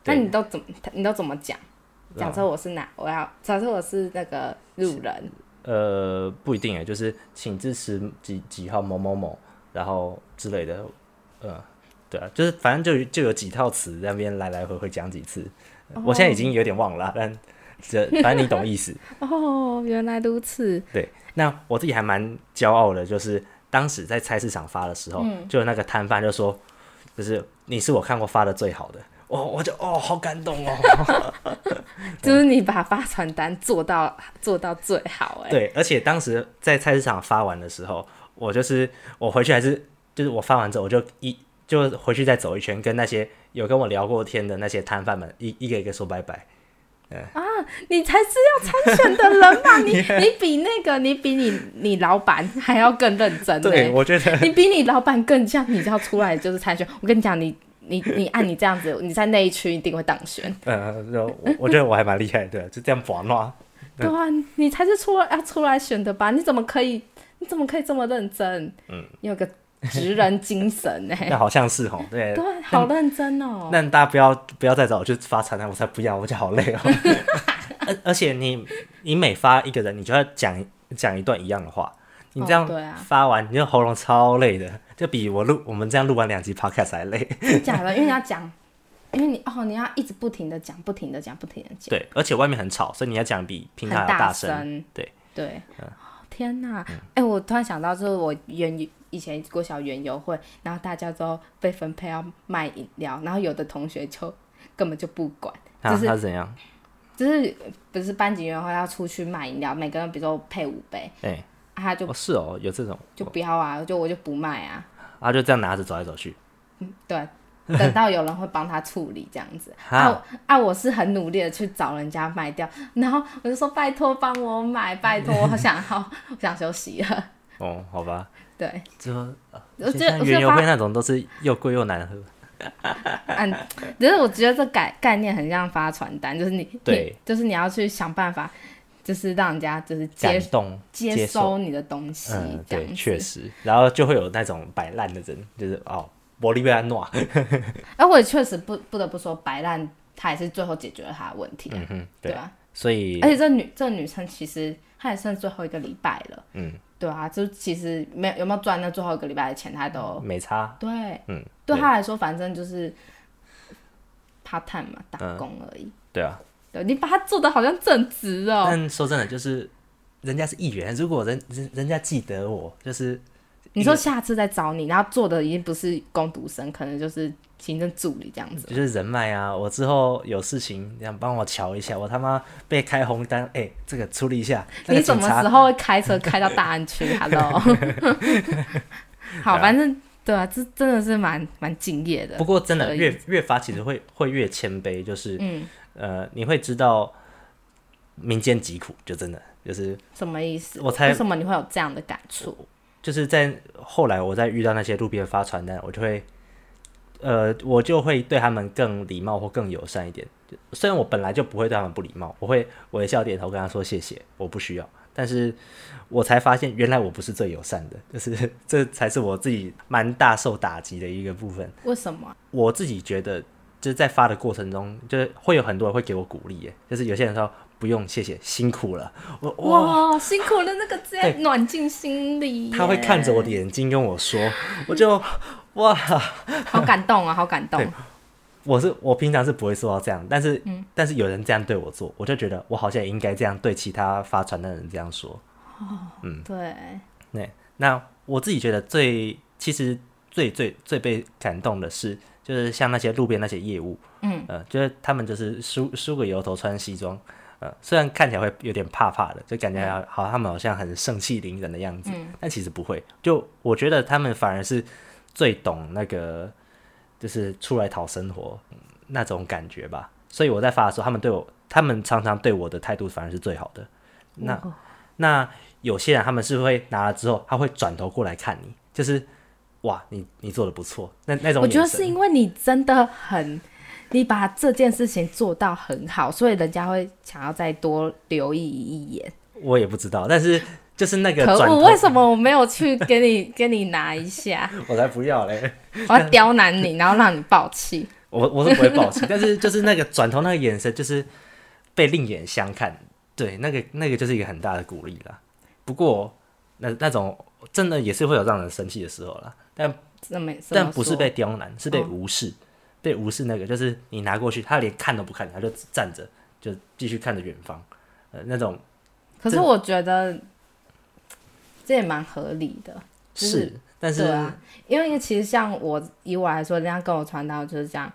[SPEAKER 1] 那
[SPEAKER 2] 对嗯
[SPEAKER 1] 你都怎么？你都怎么讲？假设我是哪？我要假设我是那个路人，
[SPEAKER 2] 呃不一定哎，就是请支持几几号某某某，然后之类的，呃，对啊，就是反正就有就有几套词在那边来来回回讲几次，我现在已经有点忘了啊，但这反正你懂 意思。
[SPEAKER 1] 哦，原来如此。
[SPEAKER 2] 对，那我自己还蛮骄傲的，就是当时在菜市场发的时候，
[SPEAKER 1] 嗯
[SPEAKER 2] 就有那个摊贩就说，就是你是我看过发的最好的，哦，我就哦好感动哦。
[SPEAKER 1] 就是你把发传单做到做到最好、哎，
[SPEAKER 2] 对，而且当时在菜市场发完的时候，我就是我回去还是就是我发完之后，我就一就回去再走一圈，跟那些有跟我聊过天的那些摊贩们一一个一个说拜拜。
[SPEAKER 1] 你才是要参选的人 嘛！你你比那个，你比你你老板还要更认真、
[SPEAKER 2] 对，
[SPEAKER 1] 哎
[SPEAKER 2] 我觉得
[SPEAKER 1] 你比你老板更像，你要出来就是参选。我跟你讲，你你你按你这样子，你在那一区一定会当选。
[SPEAKER 2] 呃，就我我觉得我还蛮厉害的，就这样玩嘛。嗯
[SPEAKER 1] 对啊，你才是出来要出来选的吧？你怎么可以？你怎么可以这么认真？嗯，你有个职人精神哎、
[SPEAKER 2] 那好像是哦， 对。
[SPEAKER 1] 对啊，好认真哦、
[SPEAKER 2] 那大家不要不要再找我去发传单，我才不要，我就好 累哦。而而且你你每发一个人，你就要讲讲一段一样的话，你这样
[SPEAKER 1] 哦对啊
[SPEAKER 2] 发完，你就喉咙超累的，就比我录我们这样录完两集 podcast 还 累。
[SPEAKER 1] 真假的，因为你要讲，因为你哦，你要一直不停的讲，不停的讲，不停的讲，
[SPEAKER 2] 对，而且外面很吵，所以你要讲比平
[SPEAKER 1] 很
[SPEAKER 2] 台还要
[SPEAKER 1] 大
[SPEAKER 2] 声。
[SPEAKER 1] 声
[SPEAKER 2] 对，
[SPEAKER 1] 对，哦天哪！哎、我突然想到，就是我园以前国小园游会，然后大家都被分配要卖饮料，然后有的同学就根本就不管，
[SPEAKER 2] 那
[SPEAKER 1] 就是
[SPEAKER 2] 啊他是怎样？
[SPEAKER 1] 就是不是班级园游会要出去卖饮料，每个人比如说配五杯，
[SPEAKER 2] 哎、
[SPEAKER 1] 啊、他就
[SPEAKER 2] 哦是哦，有这种，
[SPEAKER 1] 就不要啊，就我就不卖啊，
[SPEAKER 2] 他就这样拿着走来走去。
[SPEAKER 1] 对，等到有人会帮他处理这样子。啊
[SPEAKER 2] 哈
[SPEAKER 1] 我啊，我是很努力的去找人家卖掉，然后我就说拜托帮我买，拜托，我想好，我想休息了。
[SPEAKER 2] 哦，好吧，
[SPEAKER 1] 对，
[SPEAKER 2] 就
[SPEAKER 1] 我觉得
[SPEAKER 2] 像
[SPEAKER 1] 我觉
[SPEAKER 2] 原
[SPEAKER 1] 得
[SPEAKER 2] 油会
[SPEAKER 1] 发，
[SPEAKER 2] 那种都是又贵又难喝。
[SPEAKER 1] 嗯，只是我觉得这概概念很像发传单，就是你，
[SPEAKER 2] 对
[SPEAKER 1] 你，就是你要去想办法，就是让人家就是
[SPEAKER 2] 感
[SPEAKER 1] 接
[SPEAKER 2] 动
[SPEAKER 1] 接
[SPEAKER 2] 受，
[SPEAKER 1] 收你的东西，
[SPEAKER 2] 嗯，
[SPEAKER 1] 这样
[SPEAKER 2] 对，
[SPEAKER 1] 子。
[SPEAKER 2] 确实，然后就会有那种摆烂的人，就是哦，玻利维亚 诺，
[SPEAKER 1] 哎、我也确实不不得不说，白烂他也是最后解决了他的问题、啊，哎
[SPEAKER 2] 嗯哼，
[SPEAKER 1] 对
[SPEAKER 2] 对，
[SPEAKER 1] 吧？
[SPEAKER 2] 所以
[SPEAKER 1] 而且这女这女生其实她也剩最后一个礼拜了，
[SPEAKER 2] 嗯，
[SPEAKER 1] 对啊，就其实没有有没有赚那最后一个礼拜的钱，她都
[SPEAKER 2] 没差，
[SPEAKER 1] 对，
[SPEAKER 2] 嗯，
[SPEAKER 1] 对
[SPEAKER 2] 对
[SPEAKER 1] 她来说反正就是 part time 嘛，打
[SPEAKER 2] 嗯
[SPEAKER 1] 工而已。
[SPEAKER 2] 对啊，
[SPEAKER 1] 对你把她做的好像正职哦，
[SPEAKER 2] 但说真的，就是人家是议员，如果人人人家记得我，就是
[SPEAKER 1] 你说下次再找你，然后做的已经不是工读生，可能就是行政助理这样子。
[SPEAKER 2] 就是人脉啊，我之后有事情，你想帮我瞧一下，我他妈被开红单，哎、这个处理一下，嗯那
[SPEAKER 1] 你
[SPEAKER 2] 个
[SPEAKER 1] 什
[SPEAKER 2] 警
[SPEAKER 1] 么
[SPEAKER 2] 察
[SPEAKER 1] 时候会开车开到大安区？Hello，好，反正对啊，这真的是蛮蛮敬业的
[SPEAKER 2] 不。过真
[SPEAKER 1] 可
[SPEAKER 2] 的
[SPEAKER 1] 以
[SPEAKER 2] 越越发其实会会越谦卑，就是
[SPEAKER 1] 嗯，
[SPEAKER 2] 呃，你会知道民间疾苦，就真的就是
[SPEAKER 1] 什么意思？
[SPEAKER 2] 我猜
[SPEAKER 1] 为什么你会有这样的感触？
[SPEAKER 2] 就是在后来我在遇到那些路边发传单，我就会呃，我就会对他们更礼貌或更友善一点。就虽然我本来就不会对他们不礼貌，我会微笑点头跟他说谢谢，我不需要。但是我才发现，原来我不是最友善的， 就是这才是我自己蛮大受打击的一个部分。
[SPEAKER 1] 为什么？
[SPEAKER 2] 我自己觉得，就是在发的过程中，就是会有很多人会给我鼓励，耶，就是有些人说不用谢谢，辛苦了，我哇，
[SPEAKER 1] 哇，辛苦了，那个直接
[SPEAKER 2] 对
[SPEAKER 1] 暖进心里耶。
[SPEAKER 2] 他会看着我的眼睛跟我说， 我就哇，
[SPEAKER 1] 好感动啊，好感动
[SPEAKER 2] 对。我是我平常是不会做到这样，但是、但是有人这样对我做，我就觉得我好像也应该这样对其他发传单的人这样说。
[SPEAKER 1] 对，
[SPEAKER 2] 对，那我自己觉得最其实最最最被感动的是，就是像那些路边那些业务，
[SPEAKER 1] 嗯，
[SPEAKER 2] 呃，就是他们就是梳梳个油头，穿西装，呃，虽然看起来会有点怕怕的，就感觉
[SPEAKER 1] 嗯
[SPEAKER 2] 好好像他们好像很盛气凌人的样子，但其实不会。就我觉得他们反而是最懂那个，就是出来讨生活嗯那种感觉吧。所以我在发的时候，他们对我，他们常常对我的态度反而是最好的。那
[SPEAKER 1] 哦
[SPEAKER 2] 那有些人他们是会拿了之后，他会转头过来看你，就是哇，你你做的不错，那那种
[SPEAKER 1] 我觉得
[SPEAKER 2] 眼神
[SPEAKER 1] 是因为你真的很，你把这件事情做到很好，所以人家会想要再多留意一眼。
[SPEAKER 2] 我也不知道，但是就是那个
[SPEAKER 1] 可
[SPEAKER 2] 转
[SPEAKER 1] 恶，
[SPEAKER 2] 头，
[SPEAKER 1] 为什么我没有去给你 给你拿一下？
[SPEAKER 2] 我才不要嘞！
[SPEAKER 1] 我要刁难你，然后让你爆气。
[SPEAKER 2] 我我是不会暴气，但是就是那个转头那个眼神，就是被另眼相看，对，那个那个就是一个很大的鼓励啦。不过那那种真的也是会有让人生气的时候啦，但
[SPEAKER 1] 怎么？怎么
[SPEAKER 2] 但不是
[SPEAKER 1] 说
[SPEAKER 2] 被刁难，是被
[SPEAKER 1] 哦
[SPEAKER 2] 无视，被无视那个就是你拿过去，他连看都不看你，他就站着就继续看着远方，呃，那种
[SPEAKER 1] 可是
[SPEAKER 2] 这，
[SPEAKER 1] 我觉得这也蛮合理的，就是是
[SPEAKER 2] 但是、
[SPEAKER 1] 对啊，因为其实像我以我来说，人家跟我传达就是这样，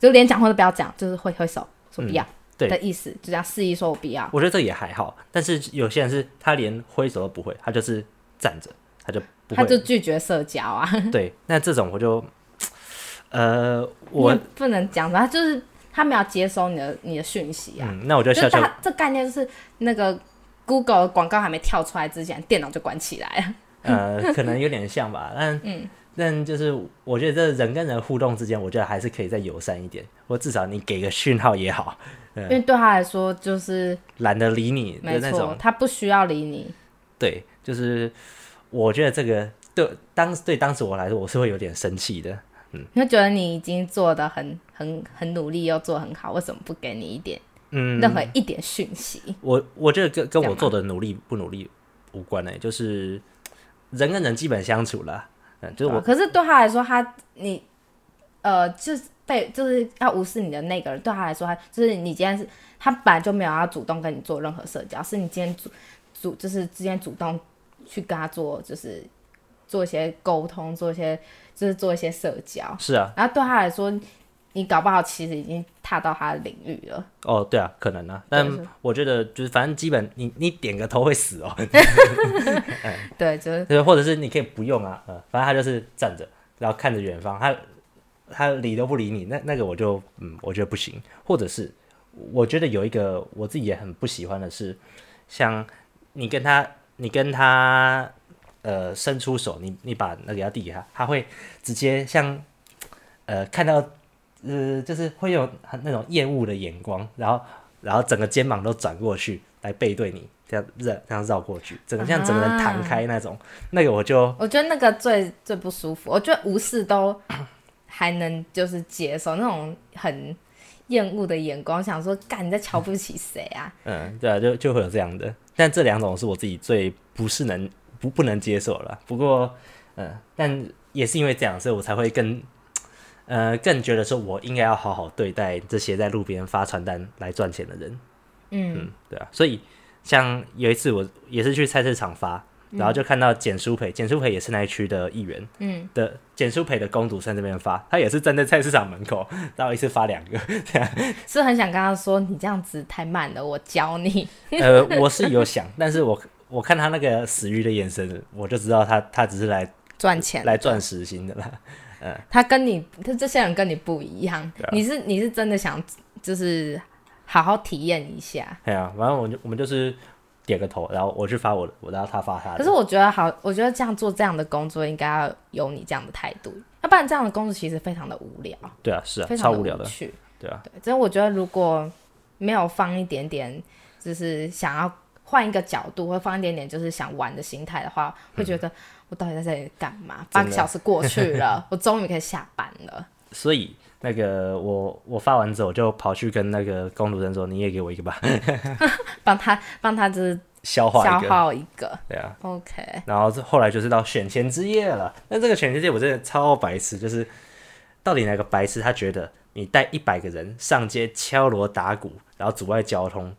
[SPEAKER 1] 就连讲话都不要讲，就是挥挥手说不要、
[SPEAKER 2] 嗯对
[SPEAKER 1] 的意思，就这样示意说我不要。
[SPEAKER 2] 我觉得这也还好，但是有些人是他连挥手都不会，他就是站着，他就不
[SPEAKER 1] 他
[SPEAKER 2] 会。
[SPEAKER 1] 就拒绝社交啊，
[SPEAKER 2] 对，那这种我就，呃，
[SPEAKER 1] 你
[SPEAKER 2] 我
[SPEAKER 1] 也不能讲什么，他就是他没有接收你的你的讯息啊。
[SPEAKER 2] 嗯，那我就
[SPEAKER 1] 就是
[SPEAKER 2] 笑笑
[SPEAKER 1] 大这概念就是那个 Google 的广告还没跳出来之前，电脑就关起来了。 嗯
[SPEAKER 2] 呃，可能有点像吧，但但就是我觉得这人跟人互动之间，我觉得还是可以再友善一点，或至少你给个讯号也好，
[SPEAKER 1] 因为对他来说就是
[SPEAKER 2] 懒得理你的
[SPEAKER 1] 没
[SPEAKER 2] 那
[SPEAKER 1] 错
[SPEAKER 2] 种，。
[SPEAKER 1] 他不需要理你。
[SPEAKER 2] 对，就是我觉得这个对当对当时我来说，我是会有点生气的。
[SPEAKER 1] 你会觉得你已经做的很很很努力，又做得很好，为什么不给你一点、
[SPEAKER 2] 嗯，
[SPEAKER 1] 任何一点讯息？
[SPEAKER 2] 我我觉得跟跟
[SPEAKER 1] 这
[SPEAKER 2] 我
[SPEAKER 1] 样吗
[SPEAKER 2] 做的努力不努力无关呢、就是人跟人基本相处啦。嗯，就是我
[SPEAKER 1] 可是对他来说，他你呃，就是被就是要无视你的那个人，对他来说，他就是你今天是他本来就没有要主动跟你做任何社交，是你今天主主就是之间主动去跟他做，就是做一些沟通，做一些就是做一些社交，
[SPEAKER 2] 是啊，
[SPEAKER 1] 然后对他来说，你搞不好其实已经踏到他的领域了。
[SPEAKER 2] 哦，对啊，可能啊，但
[SPEAKER 1] 是
[SPEAKER 2] 我觉得就是反正基本你你点个头会死哦，
[SPEAKER 1] 对，就是
[SPEAKER 2] 对，或者是你可以不用啊，呃，反正他就是站着，然后看着远方，他他理都不理你，那那个我就嗯，我觉得不行。或者是我觉得有一个我自己也很不喜欢的是，像你跟他你跟他呃伸出手，你你把那个要递给他，他会直接像呃看到呃就是会有很那种厌恶的眼光，然后然后整个肩膀都转过去来背对你。这样绕这样绕过去，整个像整个人弹开那种，那个我就
[SPEAKER 1] 我觉得那个最最不舒服，我觉得无视都还能就是接受那种很厌恶的眼光，想说干你在瞧不起谁啊？
[SPEAKER 2] 嗯，对啊，就就会有这样的。但这两种是我自己最不是能不不能接受了。不过，嗯，但也是因为这样，所以我才会更，呃，更觉得说我应该要好好对待这些在路边发传单来赚钱的人。
[SPEAKER 1] 嗯，
[SPEAKER 2] 嗯，对啊。所以像有一次我也是去菜市场发，然后就看到简书培，简书培也是那一区的议员，
[SPEAKER 1] 嗯，
[SPEAKER 2] 的简书培的公主在这边发，他也是站在菜市场门口，然后一次发两个。
[SPEAKER 1] 是很想跟他说你这样子太慢了，我教你。
[SPEAKER 2] 呃，我是有想，但是我我看他那个死鱼的眼神，我就知道他他只是来
[SPEAKER 1] 赚钱
[SPEAKER 2] 来赚时薪的啦。
[SPEAKER 1] 他跟你，他这些人跟你不一样，
[SPEAKER 2] 啊
[SPEAKER 1] 你是你是真的想就是好好体验一下。
[SPEAKER 2] 哎呀、反正我就我们就是点个头，然后我去发我的，我然后他发他
[SPEAKER 1] 可
[SPEAKER 2] 的
[SPEAKER 1] 是。我觉得好，我觉得这样做这样的工作应该要有你这样的态度，要不然这样的工作其实非常的无聊，
[SPEAKER 2] 对啊，是啊，
[SPEAKER 1] 非
[SPEAKER 2] 超
[SPEAKER 1] 常
[SPEAKER 2] 无
[SPEAKER 1] 无
[SPEAKER 2] 聊的，
[SPEAKER 1] 趣。
[SPEAKER 2] 对啊，
[SPEAKER 1] 对，所以我觉得如果没有放一点点，就是想要换一个角度，或放一点点就是想玩的心态的话，会觉得我到底在这里干嘛？八
[SPEAKER 2] 嗯真的
[SPEAKER 1] 个小时过去 了，我终于可以下班了。
[SPEAKER 2] 所以那个我我发完之后，我就跑去跟那个公主生说：“你也给我一个吧，
[SPEAKER 1] 帮他帮他就是
[SPEAKER 2] 消化
[SPEAKER 1] 消
[SPEAKER 2] 一个。
[SPEAKER 1] 耗一个
[SPEAKER 2] 对啊，
[SPEAKER 1] ，OK，
[SPEAKER 2] 然后这后来就是到选前之夜了。那这个选前之夜我真的超白痴，就是到底哪个白痴他觉得你带一百个人上街敲锣打鼓，然后阻碍交通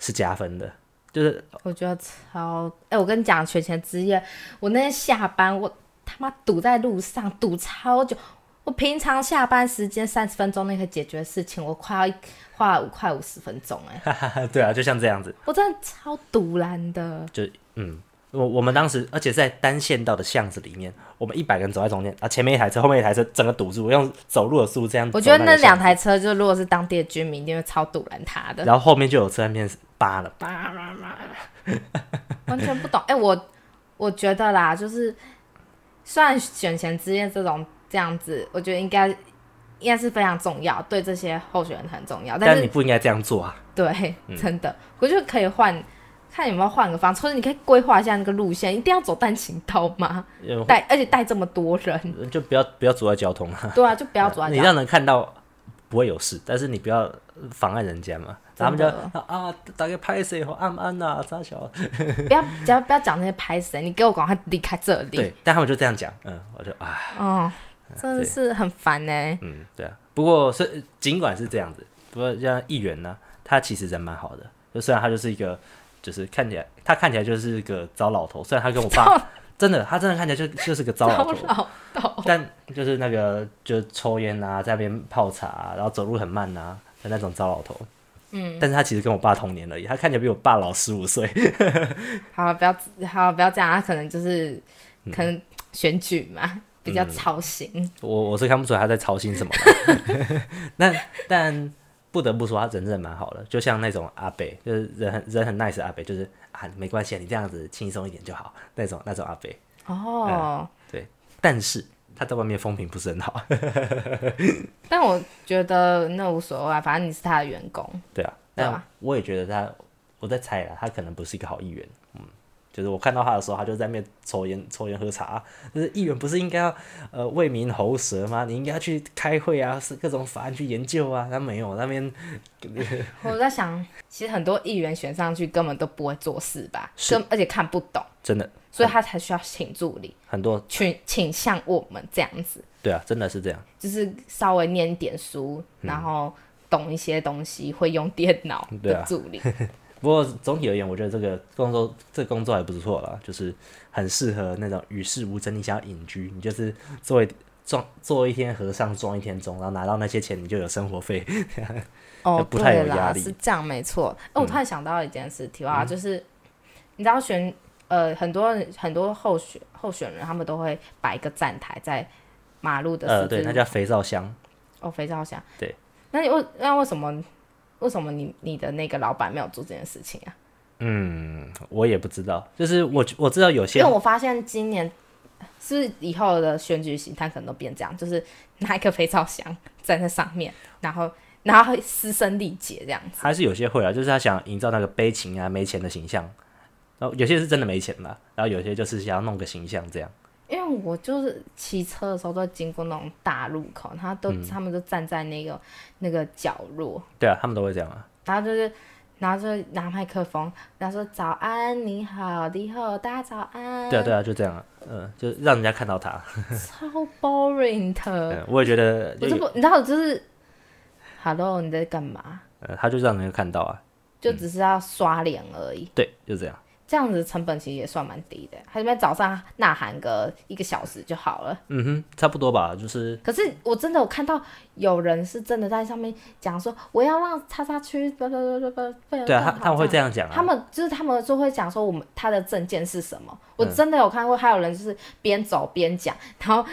[SPEAKER 2] 是加分的？就是
[SPEAKER 1] 我觉得超哎、我跟你讲，学前之夜，我那天下班我他妈堵在路上堵超久。我平常下班时间三十分钟内可以解决的事情，我快要一花了五快五十分钟哎、
[SPEAKER 2] 对啊，就像这样子，
[SPEAKER 1] 我真的超堵然的。
[SPEAKER 2] 就嗯。我我们当时，而且是在单线道的巷子里面，我们一百个人走在中间啊，前面一台车，后面一台车，整个堵住，用走路的速度这样。
[SPEAKER 1] 我觉得那两
[SPEAKER 2] 台，
[SPEAKER 1] 台车，就如果是当地的居民，一定会超堵拦他 的，
[SPEAKER 2] 然后后面就有车在那边扒了，
[SPEAKER 1] 完全不懂。哎、我我觉得啦，就是虽然选前之夜这种这样子，我觉得应该应该是非常重要，对这些候选人很重要。但
[SPEAKER 2] 但
[SPEAKER 1] 是
[SPEAKER 2] 你不应该这样做啊。
[SPEAKER 1] 对，真的，我觉得可以换，看有没有换个方式，或者你可以规划一下那个路线，一定要走单行道吗？
[SPEAKER 2] 呃
[SPEAKER 1] 带而且带这么多 人，
[SPEAKER 2] 就不要不要阻碍交通啊。
[SPEAKER 1] 对啊，就不要走
[SPEAKER 2] 你让人看到不会有事，但是你不要妨碍人家嘛。
[SPEAKER 1] 真
[SPEAKER 2] 咱
[SPEAKER 1] 的
[SPEAKER 2] 们就啊，大概拍谁和安安呐，张小
[SPEAKER 1] 不要不要不要讲那些拍谁，你给我赶快离开这里。
[SPEAKER 2] 对，但他们就这样讲，嗯，我就啊，
[SPEAKER 1] 哦，真的
[SPEAKER 2] 对
[SPEAKER 1] 是很烦欸呢、
[SPEAKER 2] 嗯，对啊。不过是尽管是这样子，不过像议员呢，他其实人蛮好的，就虽然他就是一个，就是看起来他看起来就是一个糟老头，虽然他跟我爸真的，他真的看起来就就是个糟老头，
[SPEAKER 1] 扰到。
[SPEAKER 2] 但就是那个就是抽烟啊，在那边泡茶、啊，然后走路很慢啊的那种糟老头。嗯，但是他其实跟我爸同年而已，他看起来比我爸老十五岁。
[SPEAKER 1] 好，不要好，不要这样，他可能就是可能选举嘛，
[SPEAKER 2] 嗯
[SPEAKER 1] 比较操心。
[SPEAKER 2] 我我是看不出来他在操心什么的。 但但不得不说，他人真的蛮好的，就像那种阿北，就是人很人很 nice 的阿北，就是啊啊没关系，你这样子轻松一点就好那种那种阿北。
[SPEAKER 1] 哦，
[SPEAKER 2] 对，但是他在外面风评不是很好，
[SPEAKER 1] 但我觉得那无所谓啊，反正你是他的员工，
[SPEAKER 2] 对啊。
[SPEAKER 1] 对啊
[SPEAKER 2] 但我也觉得他，我在猜啦，他可能不是一个好议员。嗯，就是我看到他的时候，他就在那边抽烟、抽烟、喝茶。就是议员不是应该要呃为民喉舌吗？你应该去开会啊，是各种法案去研究啊。他没有那边
[SPEAKER 1] 我在想，其实很多议员选上去根本都不会做事吧，
[SPEAKER 2] 是
[SPEAKER 1] 根而且看不懂，
[SPEAKER 2] 真的
[SPEAKER 1] 所以他才需要请助理，
[SPEAKER 2] 很多，
[SPEAKER 1] 去请向我们这样子，
[SPEAKER 2] 对啊，真的是这样。
[SPEAKER 1] 就是稍微念一点书，然后懂一些东西，会用电脑
[SPEAKER 2] 对
[SPEAKER 1] 的
[SPEAKER 2] 啊
[SPEAKER 1] 助理。
[SPEAKER 2] 不过总体而言，我觉得这个工作这个工作还不错啦，就是很适合那种与世无争，你想要隐居，你就是做一装做一天和尚装一天钟，然后拿到那些钱，你就有生活费。
[SPEAKER 1] 哦
[SPEAKER 2] 就，不太有
[SPEAKER 1] 对啦
[SPEAKER 2] 压力嗯
[SPEAKER 1] 是这样没错。哎、我突然想到一件事，题外、就是你知道选呃很多人很多候选候选人，他们都会摆一个站台在马路的
[SPEAKER 2] 呃，
[SPEAKER 1] 十字
[SPEAKER 2] 对，
[SPEAKER 1] 路
[SPEAKER 2] 那叫肥皂箱。
[SPEAKER 1] 哦肥皂箱。
[SPEAKER 2] 对，
[SPEAKER 1] 那你为那为什么为什么你你的那个老板没有做这件事情啊？
[SPEAKER 2] 嗯，我也不知道，就是我我知道有些
[SPEAKER 1] 因为我发现今年是不是以后的选举形态可能都变这样，就是拿一个肥皂箱站在上面，然后然后嘶声力竭这样子。
[SPEAKER 2] 还是有些会啊，就是他想营造那个悲情啊、没钱的形象。然后有些是真的没钱啦，然后有些就是想要弄个形象这样。
[SPEAKER 1] 因为我就是骑车的时候都会经过那种大路口，然后都、他们都站在那个那个角落，
[SPEAKER 2] 对啊，他们都会这样啊。
[SPEAKER 1] 然后就是然后就拿麦克风，然后说早安，你好，你好，大家早安。
[SPEAKER 2] 对啊，对啊，就这样啊。嗯，就让人家看到他。
[SPEAKER 1] 超 boring 的，
[SPEAKER 2] 嗯，我也觉得
[SPEAKER 1] 我
[SPEAKER 2] 就
[SPEAKER 1] 就
[SPEAKER 2] 有，
[SPEAKER 1] 呃不，你知道我就是 hello 你在干嘛？
[SPEAKER 2] 呃，他就让人家看到啊。
[SPEAKER 1] 就只是要刷脸而已，
[SPEAKER 2] 对，就这样。
[SPEAKER 1] 这样子成本其实也算蛮低的，还在早上呐喊个一个小时就好了。
[SPEAKER 2] 嗯哼，差不多吧，就是
[SPEAKER 1] 可是我真的有看到有人是真的在上面讲说，我要让叉叉区，不不不不不，
[SPEAKER 2] 对啊，他他们会这
[SPEAKER 1] 样。
[SPEAKER 2] 样讲啊，
[SPEAKER 1] 呃他们就是他们就会讲说我们他的证件是什么，我真的有看过，还有人就是边走边讲，然后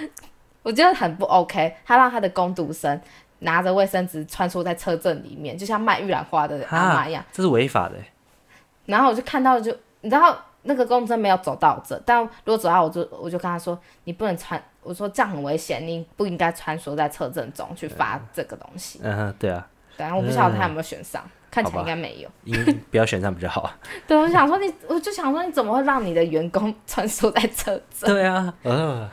[SPEAKER 1] 我觉得很不 OK，他让他的工读生拿着卫生纸穿梭在车阵里面，就像卖玉兰花的
[SPEAKER 2] 哈
[SPEAKER 1] 阿妈一样，
[SPEAKER 2] 这是违法的欸。
[SPEAKER 1] 然后我就看到就，你知道那个公车没有走到我这，但如果走到我就我就跟他说，你不能穿，我说这样很危险，你不应该穿梭在车阵中去发这个东西。
[SPEAKER 2] 嗯哼，对啊，
[SPEAKER 1] 对，然后我不晓得他有没有选上，看起来应该没有。
[SPEAKER 2] 应 不要选上比较好啊。
[SPEAKER 1] 对，我就想说你，我就想说你怎么会让你的员工穿梭在车阵？
[SPEAKER 2] 对啊，呃，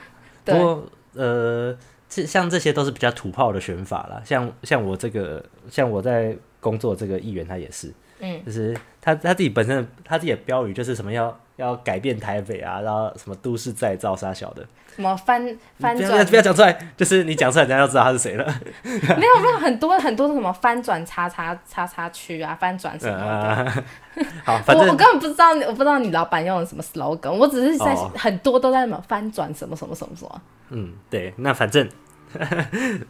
[SPEAKER 2] 不
[SPEAKER 1] 对，
[SPEAKER 2] 过呃，这像这些都是比较土炮的选法啦。像像我这个，像我在工作这个议员，他也是，
[SPEAKER 1] 嗯，
[SPEAKER 2] 就是他他自己本身的他自己的标语就是什么要要改变台北啊，然后什么都市再造啥小的，
[SPEAKER 1] 什么翻翻
[SPEAKER 2] 不要不要
[SPEAKER 1] 转
[SPEAKER 2] 不，要讲出来，就是你讲出来，人家就知道他是 谁了。
[SPEAKER 1] 没有没有很多很多什么翻转叉叉叉叉区啊，翻转 什么的。
[SPEAKER 2] 嗯，好，反
[SPEAKER 1] 我我
[SPEAKER 2] 正
[SPEAKER 1] 根本不知道你，我不知道你老板用了什么 slogan，我只是在、
[SPEAKER 2] 哦
[SPEAKER 1] 很多都在什么翻转什么什么什么什么。
[SPEAKER 2] 嗯，对，那反正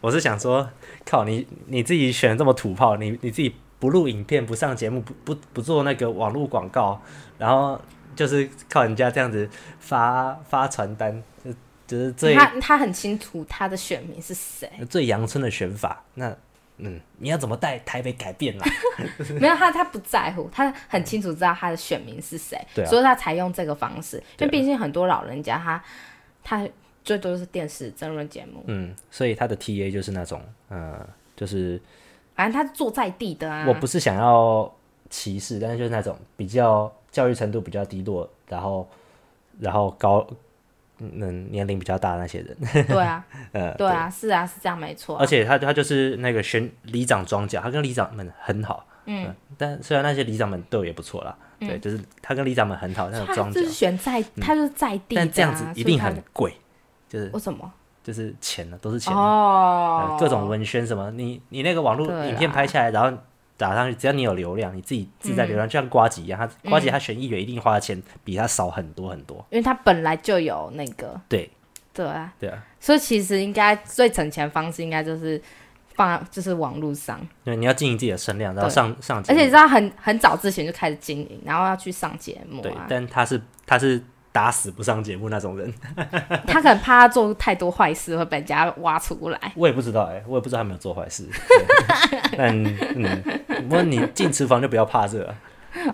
[SPEAKER 2] 我是想说，靠你你自己选这么土炮，你你自己不录影片、不上节目、不不不做那个网络广告，然后就是靠人家这样子发发传单，就就是最
[SPEAKER 1] 他他很清楚他的选民是 谁，
[SPEAKER 2] 最阳春的选法。那嗯，你要怎么带台北改变啦？
[SPEAKER 1] 没有他他不在乎，他很清楚知道他的选民是谁，
[SPEAKER 2] 对啊
[SPEAKER 1] 所以他才用这个方式。因
[SPEAKER 2] 对
[SPEAKER 1] 为
[SPEAKER 2] 啊
[SPEAKER 1] 毕竟很多老人家他他最多是电视争论节目，
[SPEAKER 2] 嗯，所以他的 TA 就是那种，呃，就是
[SPEAKER 1] 反正他是坐在地的啊。
[SPEAKER 2] 我不是想要歧视，但是就是那种比较教育程度比较低落，然后然后高嗯年龄比较大的那些人，
[SPEAKER 1] 对啊，
[SPEAKER 2] 呃，
[SPEAKER 1] 对啊，是啊，是这样没错啊、
[SPEAKER 2] 而且他他就是那个选里长庄家，他跟里长们很好，嗯，但虽然那些里长们对我也不错啦，对，就是他跟里长们很好，那种
[SPEAKER 1] 嗯他
[SPEAKER 2] 庄家
[SPEAKER 1] 就是，选在，他就是在地的、啊，
[SPEAKER 2] 嗯但这样子一定很贵，就
[SPEAKER 1] 所以
[SPEAKER 2] 是
[SPEAKER 1] 他为什么？
[SPEAKER 2] 就是钱呢，都是钱啊，
[SPEAKER 1] 哦
[SPEAKER 2] 呃，各种文宣什么，你你那个网络
[SPEAKER 1] 对
[SPEAKER 2] 影片
[SPEAKER 1] 啦
[SPEAKER 2] 拍下来，然后打上去，只要你有流量，你自己自
[SPEAKER 1] 嗯
[SPEAKER 2] 带流量，就像瓜吉一样，他瓜吉他选议员一定花的钱比他少很多很多。
[SPEAKER 1] 因为他本来就有那个，
[SPEAKER 2] 对
[SPEAKER 1] 对啊，
[SPEAKER 2] 对啊，
[SPEAKER 1] 所以其实应该最省钱的方式应该就是放就是网络上。
[SPEAKER 2] 啊因为你要经营自己的声量，然后
[SPEAKER 1] 对
[SPEAKER 2] 上上节
[SPEAKER 1] 而
[SPEAKER 2] 目
[SPEAKER 1] 且你知道很很早之前就开始经营，然后要去上节目
[SPEAKER 2] 对
[SPEAKER 1] 啊，。
[SPEAKER 2] 但他是他是打死不上节目那种人，
[SPEAKER 1] 他可能怕他做太多坏事会被人家挖出来。
[SPEAKER 2] 我也不知道哎、我也不知 道他有没有做坏事。对但嗯，不过你进厨房就不要怕热啊、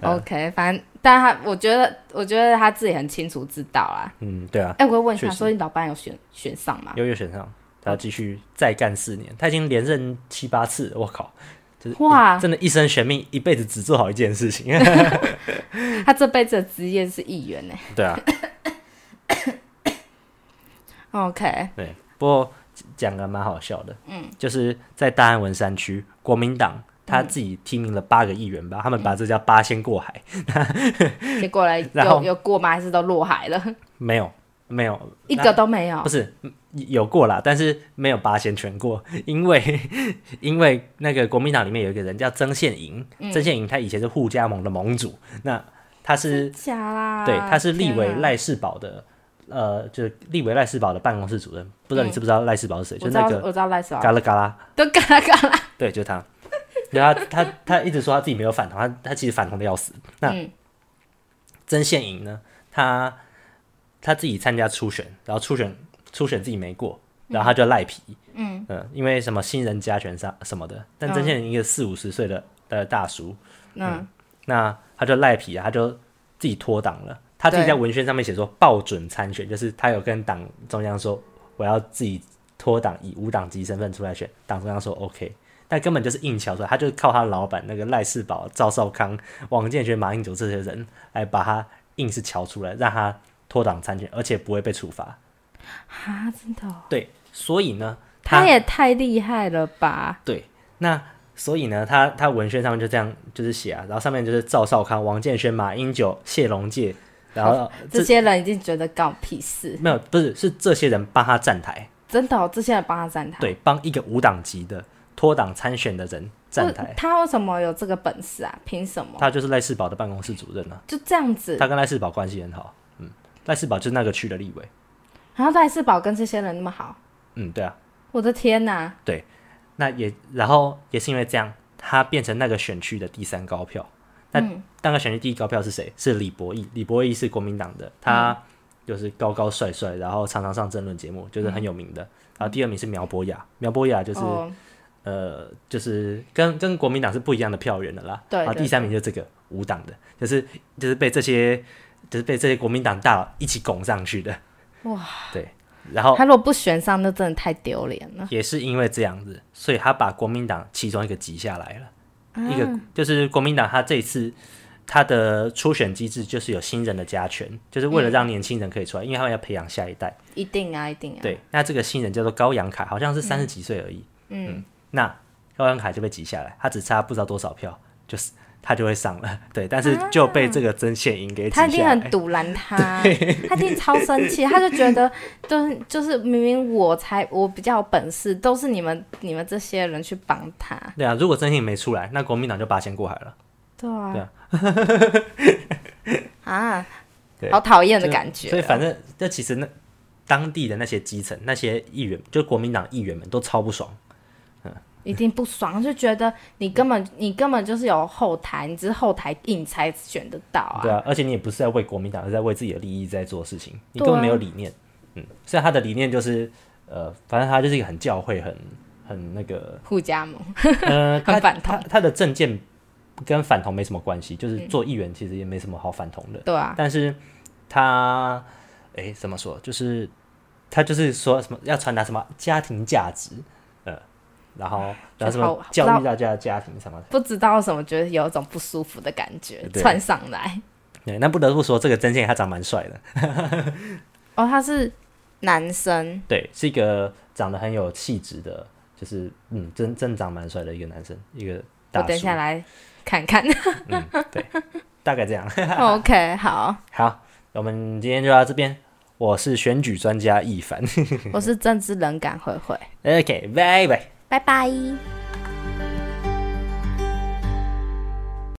[SPEAKER 1] OK，反正但他我觉得，我觉得他自己很清楚知道啦。
[SPEAKER 2] 嗯，对啊，
[SPEAKER 1] 哎、我会问一下，
[SPEAKER 2] 确实
[SPEAKER 1] 所以老班有选选上吗？
[SPEAKER 2] 优越选上，他要继续再干四年，他已经连任七八次了，我靠，就是
[SPEAKER 1] 哇
[SPEAKER 2] 真的，一生悬命，一辈子只做好一件事情。
[SPEAKER 1] 他这辈子的职业是议员呢、
[SPEAKER 2] 对啊，
[SPEAKER 1] OK，
[SPEAKER 2] 对，不过讲个蛮好笑的，嗯，就是在大安文山区，国民党他自己提名了八个议员
[SPEAKER 1] 嗯
[SPEAKER 2] 吧，他们把这叫八仙过海，
[SPEAKER 1] 结果嘞
[SPEAKER 2] 然后
[SPEAKER 1] 有有过吗？还是都落海了？
[SPEAKER 2] 没有没有
[SPEAKER 1] 一个都没有
[SPEAKER 2] 不。是嗯有过啦，但是没有八仙全过， 因为因为那个国民党里面有一个人叫曾宪营，
[SPEAKER 1] 嗯
[SPEAKER 2] 曾宪营他以前是护家盟的盟主，那他是
[SPEAKER 1] 假啦，
[SPEAKER 2] 对，他是立委
[SPEAKER 1] 天啊
[SPEAKER 2] 赖世宝的，呃，就是立委赖世宝的办公室主任，不知道你知不知道赖世宝是谁？
[SPEAKER 1] 我
[SPEAKER 2] 就
[SPEAKER 1] 知
[SPEAKER 2] 是
[SPEAKER 1] 道
[SPEAKER 2] 那
[SPEAKER 1] 嗯我
[SPEAKER 2] 个
[SPEAKER 1] 知道赖手
[SPEAKER 2] 嘎啦嘎啦，
[SPEAKER 1] 都嘎啦嘎啦，
[SPEAKER 2] 对，就是他。然后他他他一直说他自己没有反同，他他其实反同的要死。那、
[SPEAKER 1] 嗯
[SPEAKER 2] 曾宪颖呢，他他自己参加初选，然后初选初选自己没过，然后他就赖皮，嗯因为什么新人加权啥什么的。但曾宪颖一个四五十岁的的大叔，
[SPEAKER 1] 嗯，
[SPEAKER 2] 那他就赖皮啊，他就自己脱党了。他自己
[SPEAKER 1] 对
[SPEAKER 2] 在文宣上面写说报准参选，就是他有跟党中央说我要自己脱党，以无党籍身份出来选。党中央说 OK，但根本就是硬桥出来，他就靠他老板那个赖世宝、赵少康、王建学、马英九这些人来把他硬是桥出来，让他脱党参选，而且不会被处罚。
[SPEAKER 1] 哈，真的、哦，
[SPEAKER 2] 对，所以呢，
[SPEAKER 1] 他也太厉害了吧？
[SPEAKER 2] 对，那所以呢，他他文宣上面就这样就是写啊，然后上面就是赵少康、王建轩、马英九、谢龙介，然后
[SPEAKER 1] 这
[SPEAKER 2] 这
[SPEAKER 1] 些人一定觉得干我屁事，
[SPEAKER 2] 没有不是是这些人帮他站台，
[SPEAKER 1] 真的、哦，这些人帮他站台。
[SPEAKER 2] 对，帮一个无党籍的脱党参选的人站
[SPEAKER 1] 为
[SPEAKER 2] 台，
[SPEAKER 1] 他为什么有这个本事啊？凭什么？
[SPEAKER 2] 他就是赖世宝的办公室主任啊，
[SPEAKER 1] 就这样子。
[SPEAKER 2] 他跟赖世宝关系很好，嗯，赖世宝就是那个区的立委，
[SPEAKER 1] 然后赖世宝跟这些人那么好，
[SPEAKER 2] 嗯，对啊，
[SPEAKER 1] 我的天哪、
[SPEAKER 2] 那也然后也是因为这样，他变成那个选区的第三高票。那
[SPEAKER 1] 嗯
[SPEAKER 2] 那个选区第一高票是谁？是李博义。李博义是国民党的，
[SPEAKER 1] 嗯
[SPEAKER 2] 他就是高高帅帅，然后常常上争论节目，就是很有名的。然后第二名是苗博雅，苗博雅就是、
[SPEAKER 1] 嗯哦，
[SPEAKER 2] 呃，就是跟跟国民党是不一样的票源的啦。
[SPEAKER 1] 对
[SPEAKER 2] 然后
[SPEAKER 1] 对
[SPEAKER 2] 第三名就是这个无党的，就是就是被这些就是被这些国民党大佬一起拱上去的。
[SPEAKER 1] 哇，
[SPEAKER 2] 对，然后
[SPEAKER 1] 他如果不选上，那真的太丢脸了。
[SPEAKER 2] 也是因为这样子，所以他把国民党其中一个挤下来了。
[SPEAKER 1] 啊
[SPEAKER 2] 一个就是国民党，他这一次他的初选机制就是有新人的加权，就是
[SPEAKER 1] 嗯
[SPEAKER 2] 为了让年轻人可以出来，因为他们要培养下一代。
[SPEAKER 1] 一定啊，一定啊。，
[SPEAKER 2] 对，那这个新人叫做高阳凯，好像是三十几岁而已。嗯那高阳凯就被挤下来，他只差不知道多少票，就是他就会上了。 对，但是就被这个曾宪英给挤
[SPEAKER 1] 啊他一定
[SPEAKER 2] 下
[SPEAKER 1] 很
[SPEAKER 2] 来。
[SPEAKER 1] 堵拦他，他一定超生气，他就觉得，就是就是明明我才我比较有本事，都是你们你们这些人去帮他。
[SPEAKER 2] 对啊，如果曾宪英没出来，那国民党就八仙过海了。
[SPEAKER 1] 对啊，
[SPEAKER 2] 对
[SPEAKER 1] 啊
[SPEAKER 2] 对，
[SPEAKER 1] 好讨厌的
[SPEAKER 2] 就
[SPEAKER 1] 感觉。啊
[SPEAKER 2] 所以反正这其实那当地的那些基层那些议员，就国民党议员们都超不爽。
[SPEAKER 1] 一定不爽，就觉得你根本你根本就是有后台，你只是后台硬才选得到啊。
[SPEAKER 2] 对啊，而且你也不是在为国民党，而是在为自己的利益在做事情，你根本
[SPEAKER 1] 对啊
[SPEAKER 2] 没有理念。嗯，虽然他的理念就是，呃，反正他就是一个很教会、很很 那个，
[SPEAKER 1] 互加盟，
[SPEAKER 2] 呃，他
[SPEAKER 1] 很反
[SPEAKER 2] 他
[SPEAKER 1] 同
[SPEAKER 2] 他的政见跟反同没什么关系，就是
[SPEAKER 1] 嗯
[SPEAKER 2] 做议员其实也没什么好反同的。
[SPEAKER 1] 对啊，
[SPEAKER 2] 但是他，哎、怎么说？就是他就是说什么要传达什么家庭价值，呃，然后然后什
[SPEAKER 1] 好
[SPEAKER 2] 么
[SPEAKER 1] 不知
[SPEAKER 2] 教
[SPEAKER 1] 道
[SPEAKER 2] 育大家的家庭什么的。
[SPEAKER 1] 不知道为什么，觉得有一种不舒服的感觉
[SPEAKER 2] 对
[SPEAKER 1] 窜上来。
[SPEAKER 2] 对，那不得不说，这个曾宪他长蛮帅的，
[SPEAKER 1] 哦，他是男生，
[SPEAKER 2] 对，是一个长得很有气质的，就是嗯，真真长蛮帅的一个男生，一个
[SPEAKER 1] 我
[SPEAKER 2] 大叔。
[SPEAKER 1] 等一下来看看。
[SPEAKER 2] 嗯，对，大概这样。
[SPEAKER 1] OK，好，
[SPEAKER 2] 好，我们今天就到这边。我是选举专家易凡
[SPEAKER 1] 我是政治冷感慧慧，
[SPEAKER 2] ，OK，拜拜。
[SPEAKER 1] 拜拜。